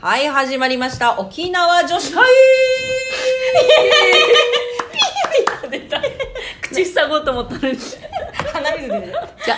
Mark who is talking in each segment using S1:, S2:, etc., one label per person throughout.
S1: はい、始まりました。沖縄女子会
S2: 出た口塞ごうと思ったのに
S1: 鼻水出てる。じゃ。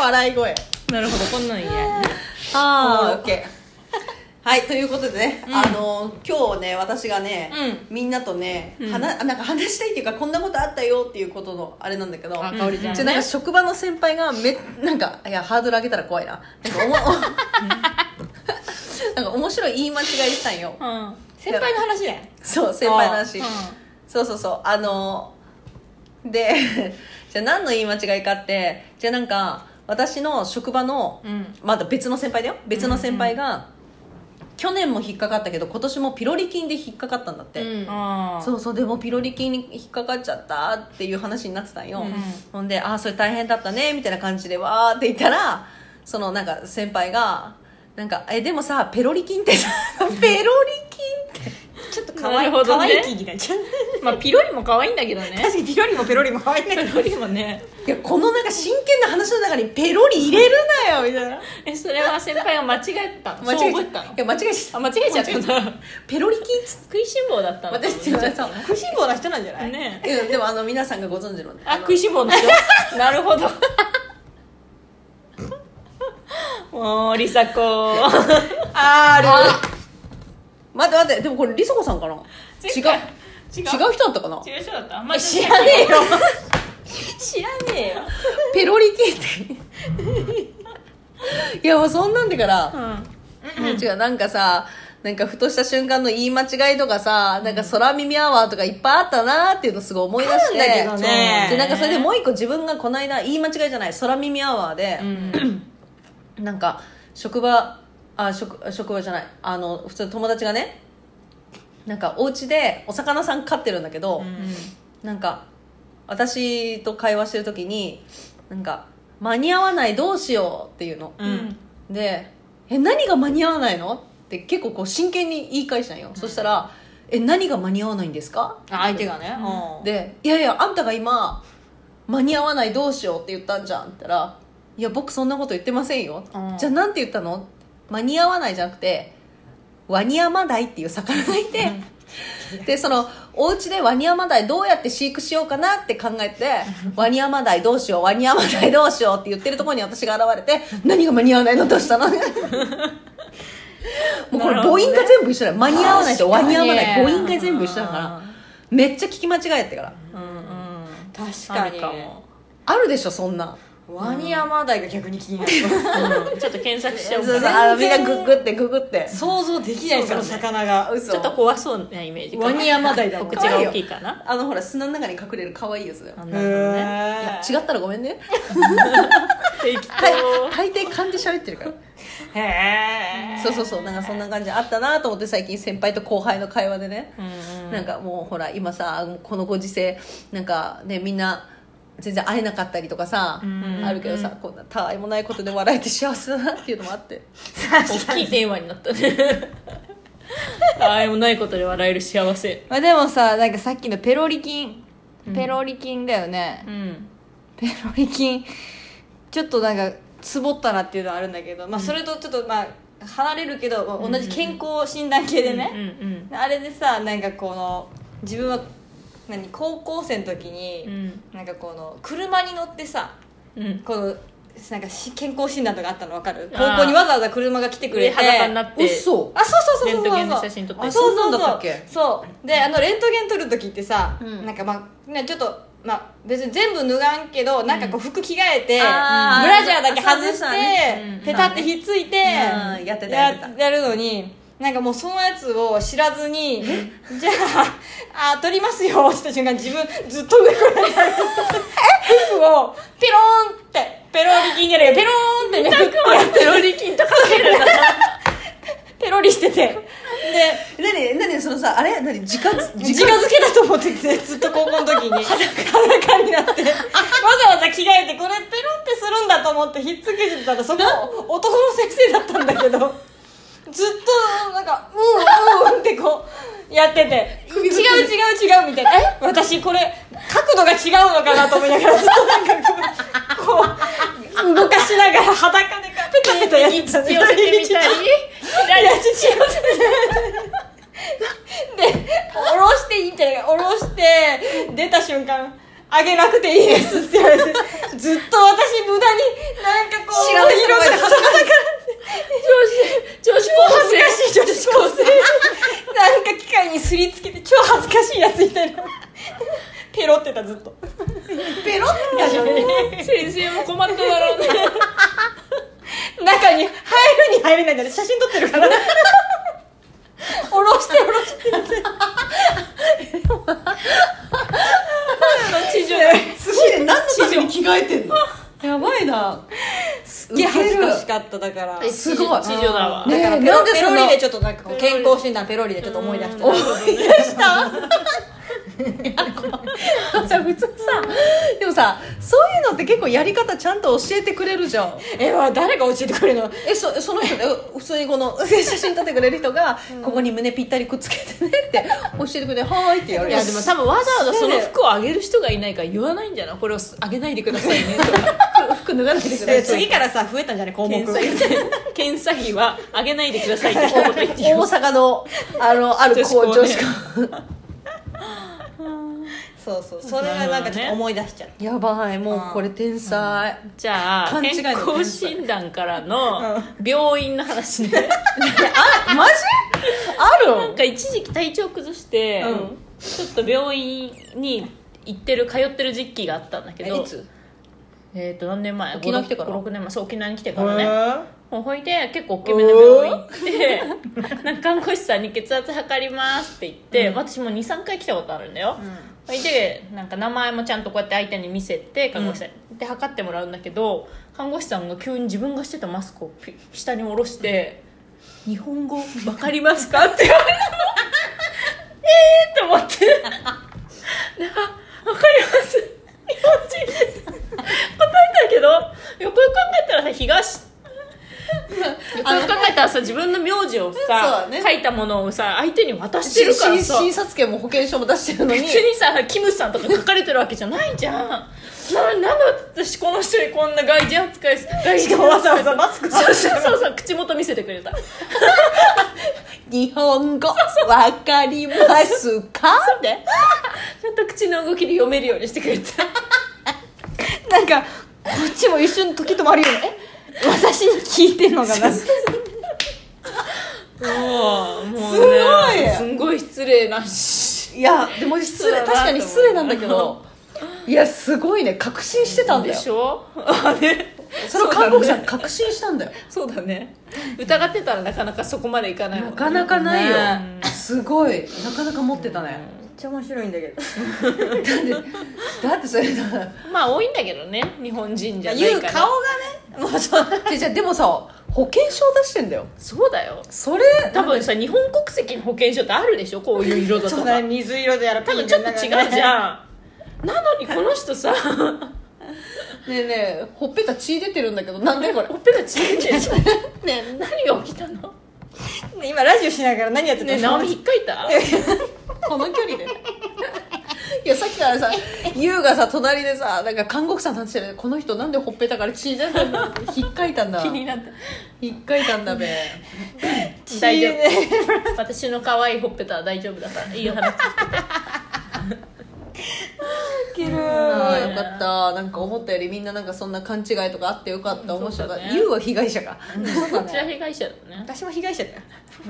S1: 笑い声。
S2: なるほどこんなんや
S1: あー、オ
S2: あ
S1: ッケー。はい、ということでね、
S2: うん
S1: あのー、今日ね、私がね、
S2: う
S1: みんなとね、
S2: うん
S1: 話、なんか話したいっていうか、こんなことあったよっていうことの、あれなんだけど、
S2: あかおりちゃんね
S1: なんか職場の先輩がめ、なんか、いや、ハードル上げたら怖いな。なんかおも、 なんか面白い言い間違いしたんよ。
S2: あ、うん、先輩の話だよ
S1: そう、先輩の話
S2: あー。
S1: そうそうそうあので じゃあ何の言い間違いかってじゃあなんか私の職場の、
S2: うん
S1: まだ別の先輩だよ別の先輩が、去年も引っかかったけど今年もピロリ菌で引っかかったんだって、
S2: うんあ
S1: そうそうでもピロリ菌に引っかかっちゃったっていう話になってたんよ、
S2: うん
S1: ほんで「ああそれ大変だったね」みたいな感じでわーって言ったらそのなんか先輩が「なんかえでもさペロリ菌ってさ ペロリ菌って
S2: ちょっと
S3: 可愛い、可愛い木になっちゃう。
S2: まあピロリも可愛いんだけどね
S3: 確かにピロリもペロリも可愛いんだけ
S2: ピ
S3: ど。
S2: ロリもね
S1: いやこのなんか真剣な話の中にペロリ入れるなよみたいな
S2: えそれは先輩が間違えたのそう思ったの
S1: いや間違えちゃ
S2: あ
S1: っ
S2: 間違えちゃったんだ
S1: たペロリ菌っつって
S2: 食いしん坊だったの
S1: 私違うそう
S3: 食いしん坊な人なんじゃない、
S2: ね
S1: いやでもあの皆さんがご存知の
S2: あ食い
S1: し
S2: しん坊の人 なるほどもうりさこ
S3: ある。
S1: 待って待ってでもこれりさこさんかな違う
S2: 前回違
S1: 違
S2: う
S1: う人だったかな
S2: 違う人だった、まあ、
S1: 知らねえよ
S2: 知らねえよ
S1: ペロリ菌っていやもうそんなんでから、違うなんかさなんかふとした瞬間の言い間違いとかさなんか空耳アワーとかいっぱいあったなーっていうのすごい思い出して
S3: あるんだけどね
S1: そうでなんかそれでもう一個自分がこの間言い間違いじゃない空耳アワーで、なんか職場あ職職場じゃないあの普通の友達がねなんかお家でお魚さん飼ってるんだけど、なんか私と会話してる時になんか間に合わないどうしようっていうの、
S3: うん。うん。
S1: で「え何が間に合わないの?」って結構こう真剣に言い返したんよ、そしたら「え何が間に合わないんですか?
S3: あ相手がね。うん。
S1: で」いやいやあんたが今間に合わないどうしよう」って言ったんじゃん」って言ったら「いや僕そんなこと言ってませんよ」
S3: うん
S1: じゃあなんて言ったの?」間に合わないじゃなくて「ワニヤマダイ」っていう魚がいて、 でそのお家でワニヤマダイどうやって飼育しようかなって考えて「ワニヤマダイどうしようワニヤマダイどうしよう」って言ってるところに私が現れて「何が間に合わないのどうした の?」もうこれ母音が全部一緒だよ間に合わないとワニヤマダイ母音が全部一緒だからめっちゃ聞き間違えてから
S2: うんうん
S3: 確か
S2: あ
S3: に。
S2: るかも
S1: あるでしょそんな
S3: ワニアマダイが逆に気になる。
S2: ちょっと検索しちゃおう
S1: そう
S2: か
S1: そう
S2: な
S1: あのみんなググってググって
S3: 想像できないその魚が。
S1: 嘘
S2: ちょっと怖そうなイメージかな
S3: ワニアマダイだ
S2: お
S3: もん。
S2: 口が大きいかな
S1: あのほら砂の中に隠れる可愛いやつだよ
S2: あ
S3: へ
S2: なるほどね
S3: ー
S1: 違ったらごめん ね
S2: 適
S1: 大抵勘で喋ってるから
S3: へえ。
S1: そうそうそうなんかそんな感じあったなと思って最近先輩と後輩の会話でね
S2: 当うんうん
S1: なんかもうほら今さこのご時世なんかねみんな全然会えなかったりとかさ
S2: ん
S1: あるけどさこんなたわいもないことで笑えて幸せだなっていうのもあって
S2: 大きいテーマになったね ああもないことで笑える幸せ
S3: まあでもさ、なんかさっきのペロリ菌。ペロリ菌だよね。
S2: うん
S3: ペロリ菌ちょっとなんかつぼったなっていうのはあるんだけど、まあ、それとちょっとまあ離れるけど、まあ同じ健康診断系で
S2: うんう
S3: ね、
S2: ん
S3: あれでさなんかこの自分は何高校生の時に、
S2: うん
S3: なんかこの車に乗ってさ
S2: うん
S3: このなんかし健康診断とかあったの分かる
S2: あ
S3: 高
S2: ー
S3: 校にわざわざ車が来てくれ
S2: 上
S3: て
S2: 裸になって
S1: 嘘
S3: あそうそうそうそうそう
S2: レントゲンの写真撮ったり
S3: そうそう
S1: あそんなんだっ
S3: そ
S1: たっ
S3: う
S1: け
S3: そうであのレントゲン撮る時ってさ、
S1: うん
S3: なんかまあねちょっとまあ別に全部脱がんけどなんかこう服着替えて、ブ
S1: あー
S3: ラジャーだけ
S1: あ
S3: 外
S1: そうでし
S3: して
S1: たね
S2: うん
S3: ペタってひっついて、
S1: うんやってたやってた
S3: やるのになんかもうそのやつを知らずにじゃああー撮りますよって言った瞬間自分ずっと上からやる服をペローンってペロリ菌じゃないペローンってね
S2: ペロリ菌とかけるな
S3: ペロリしててで
S1: 何何そのさあれ何時間
S3: 自家付けだと思ってて ずっと高校の時に裸に なってわざわざ着替えてこれペロンってするんだと思ってひっつけてたらそこ男の先生だったんだけどずっとなんか「うんうん」ってこうやってて「違
S1: 首
S3: う
S1: 振って
S3: 違う違う」みたいな「え私これ角度が違うのかな」と思いながらずっとなんかこうこう動かしながら裸でかペタペタや
S2: に
S3: ってた
S2: 父寄せてみたり
S3: いや父寄せてで下ろしていいんじゃないか下ろして出た瞬間あげなくていいですって言われてずっと私無駄になんかこう
S1: 知らない人が
S3: いろんな
S2: 女子女子
S3: 超
S2: 高
S3: 恥ず
S2: 生
S3: かしい女子高生なんか機械にすりつけて超恥ずかしいやつみたいなペロってたずっとペロってたじゃん
S2: 先生も困っただろうね
S3: 中に入るに入れないんだね写真撮ってるから下ろして下ろして
S2: 地上
S1: すごいね何のために着替えてんのやばいなす
S3: いや恥ずかしかっただから
S1: えすごい
S2: 地上だわ
S1: ね
S3: だからペ
S1: な
S3: ロ
S1: んで
S3: ペ
S1: そん
S3: ロ
S1: な
S3: リでちょっとなんかこう健康診断ペロリでちょっと思い出した思い出した
S1: 普通さでもさそういうのって結構やり方ちゃんと教えてくれるじゃん
S3: えわ誰が教えてくれるの
S1: えそその人え普通にこの 写真撮ってくれる人が、ここに胸ぴったりくっつけてねって教えてくれて「はーい」ってやる
S2: いやでも多分わざわざその服をあげる人がいないから言わないんじゃないこれをあげないでくださいねとか服脱がないでください
S3: で次からさ増えたんじゃない項目
S2: 検査費検査費はあげないでくださいって思ったってい
S1: 大
S2: う
S1: 阪のあのある校
S2: 女
S1: 女
S2: 子校ね
S1: 子校
S3: そうそうそれがなんかちょっと思い出しちゃう
S1: やばいもうこれ天才、
S2: じゃあ
S1: 勘違い
S2: 健
S1: の検査
S2: 康診断からの病院の話ね
S1: あマジ
S2: なんか一時期体調崩して、ちょっと病院に行ってる通ってる時期があったんだけ
S1: え
S2: ど
S1: いつ
S2: えっ、と何年前
S1: 沖縄来てから
S2: 56年前そう沖縄に来てからね、
S3: あ
S2: もうほいで結構大きめの病院行 ってなんか看護師さんに血圧測りますって言って、私も23回来たことあるんだよ、ほいでなんか名前もちゃんとこうやって相手に見せて看護師さんに、で測ってもらうんだけど看護師さんが急に自分がしてたマスクをピ下に下ろして「日本語わかりますか?」って言われたのえーって 思ってであわかります日本人です答えたけどよくよく考えたらさ東よくよく考えたらさ自分の名字を
S1: そうだ
S2: さ、
S1: ね
S2: 書いたものをさ相手に渡してるから
S1: し
S2: さ
S1: 診察券も保険証も出してるのに
S2: 別にさキムさんとか書かれてるわけじゃないじゃんななんで私この人にこんな外人扱いす外人
S3: わざわざマスク
S2: そうそうそうそう口元見せてくれた
S1: 日本語わかりますか
S2: でちゃんと口の動きで読めるようにしてくれた
S3: なんかこっちも一瞬時止まるよねえ私に聞いてんのかな
S2: もうもう
S3: すごい
S2: ねすんごい失礼なし
S1: いやでも失礼
S2: そうだな
S1: 確かに失礼なんだけどいやすごいね確信してたんだ
S2: で
S1: よ
S2: しょあれ
S1: それを韓国さん確信したんだよ
S2: そうだね疑ってたらなかなかそこまでいかないもん
S1: な
S2: ね
S1: かなかないよ、
S3: ね
S1: すごいなかなか持ってたね、
S3: めっちゃ面白いんだけど
S1: だってだってそれだ
S2: まあ多いんだけどね日本人じゃない
S3: 言う
S2: から
S3: 顔がねもうそう
S1: じゃあでもさ保険証出してんだよ
S2: そうだよ
S1: それ
S2: 多分さ日本国籍の保険証ってあるでしょこういう色だと
S3: そう
S2: か
S3: だね水色でやら
S2: 多分ちょっと違うじゃん
S3: ん
S2: なのにこの人さ
S1: ねえねえほっぺた血出てるんだけどなんでこれ
S2: ほっぺがちぎれてるじゃんねえ 何が起きたの
S3: 今ラジオしながら何やってた
S2: ねえ直美ひっかいた
S1: この距離でいやさっきからさ優がさ隣でさなんか韓国さんなんて言ってこの人なんでほっぺたから血出てるのひっかいたんだ
S2: 気になった
S1: ひっかいたんだべ
S2: 大丈夫
S3: 夫
S2: 私の可愛いほっぺたは大丈夫だからいい話
S1: ああよかったなんか思ったよりみんななんかそんな勘違いとかあってよかった面白かっ
S2: そう
S1: た
S2: だね
S1: 優、は被害者か
S2: こちら被害者だね
S3: 私も被害者だよ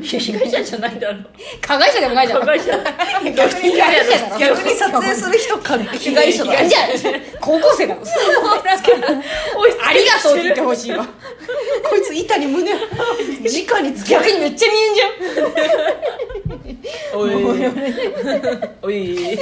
S2: いや被害者じゃないだろう
S3: 加害者でもないじゃん
S2: 加害者
S3: 逆に被害者だろ
S1: 逆に撮影する人か被害者だ
S3: 被害者 高校生だろ
S2: おい
S3: ありがとうって言ってほしいわ
S1: こいつ板に 胸を直につけ
S3: 逆にめっちゃ見えんじゃん
S2: おいおい
S1: い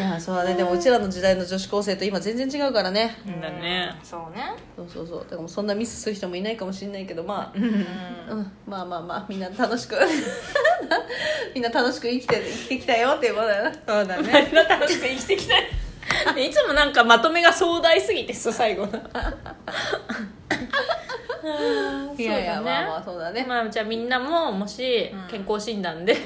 S1: やそうだねでもうちらの時代の女子高生と今全然違うからね
S2: だね
S3: そうね
S1: そうそうそうだからもうそんなミスする人もいないかもしれないけどまあ、うん、まあまあまあみんな楽しく みんな楽しく生きて生きてきたよっていうことだよな
S3: そうだね
S2: あなた楽しく生きてきたいねいつもなんかまとめが壮大すぎてさ最後の
S1: いやいや、
S2: そうだね
S1: まあまあそうだね、
S2: まあ、じゃあみんなももし健康診断で、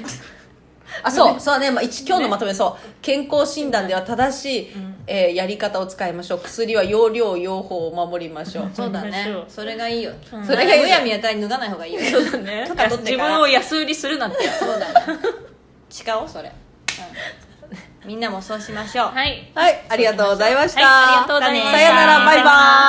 S1: あそうそうね、まあ、一今日のまとめ、そう健康診断では正しい、えーやり方を使いましょう薬は用量用法を守りましょう
S3: そうだね
S2: そう
S3: それがいいよ、
S2: ん
S3: それがむやみやたり脱がない方がいいよ
S2: そうだね
S3: 許可取って
S2: 自
S3: から
S2: 分を安売りするなんて
S3: そうだね誓おうそれ、うんみんなもそうしましょう、
S2: はい
S1: はいありがとうございました、
S2: はいありがとうございました
S1: さよならバイバイ